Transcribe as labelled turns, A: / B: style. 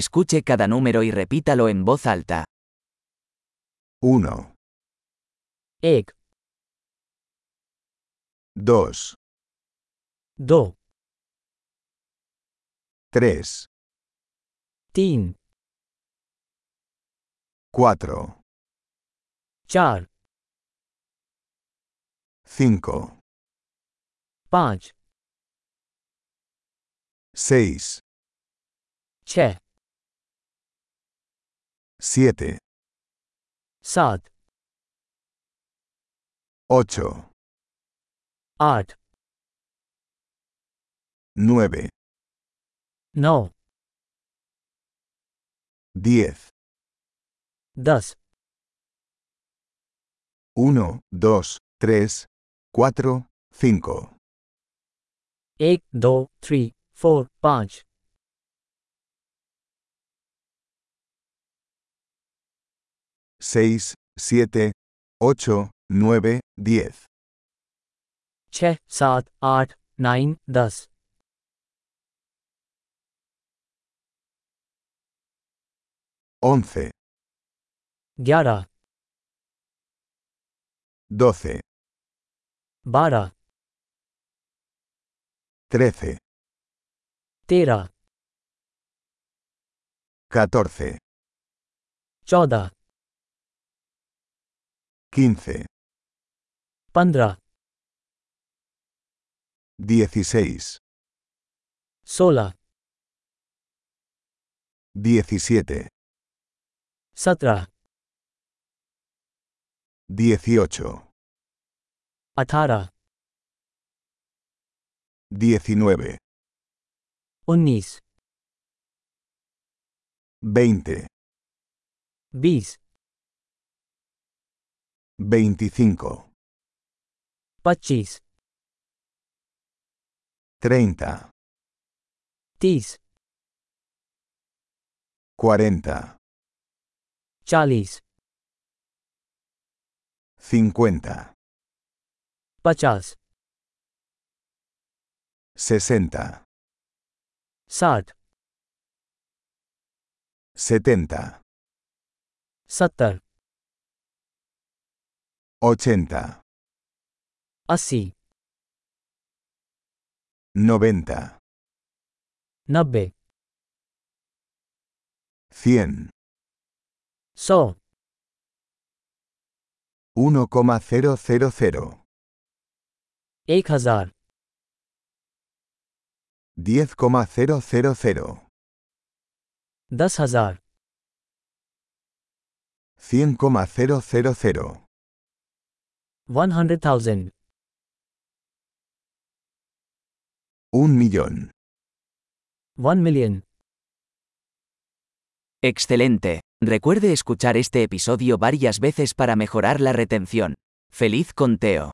A: Escuche cada número y repítalo en voz alta.
B: 1,
C: एक
B: 2,
C: दो
B: 3,
C: तीन
B: 4,
C: चार
B: 5,
C: पाँच
B: 6,
C: छः
B: 7,
C: सात
B: 8,
C: आठ
B: 9,
C: नौ
B: 10,
C: दस
B: 1, 2, 3, 4, 5,
C: एक दो थ्री फोर पाँच
B: 6, 7, 8, 9, 10,
C: छः सात आठ नाइन दस
B: 11,
C: ग्यारह
B: 12,
C: बारह
B: 13,
C: तेरह
B: 14,
C: चौदह
B: 15,
C: पंद्रह
B: 16,
C: सोलह
B: 17,
C: सत्रह
B: 18,
C: अठारह
B: 19,
C: उन्नीस
B: 20,
C: बीस
B: 25,
C: पच्चीस
B: 30,
C: तीस
B: 40,
C: चालीस
B: 50,
C: पचास
B: 60,
C: साठ
B: 70,
C: सत्तर
B: 80,
C: अस्सी
B: 90,
C: नब्बे
B: 100,
C: सौ
B: 1,000,
C: एक हजार
B: 10,000,
C: दस हजार
B: 100,000,
C: वन हंड्रेड थाउजेंड
B: 1 millón.
C: वन मिलियन
A: Excelente. Recuerde escuchar este episodio varias veces para mejorar la retención. ¡Feliz conteo!